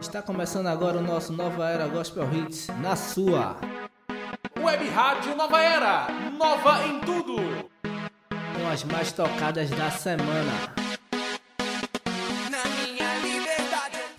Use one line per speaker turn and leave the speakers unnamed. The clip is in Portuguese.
Está começando agora o nosso Nova Era Gospel Hits, na sua.
Web Rádio Nova Era, nova em tudo.
Com as mais tocadas da semana.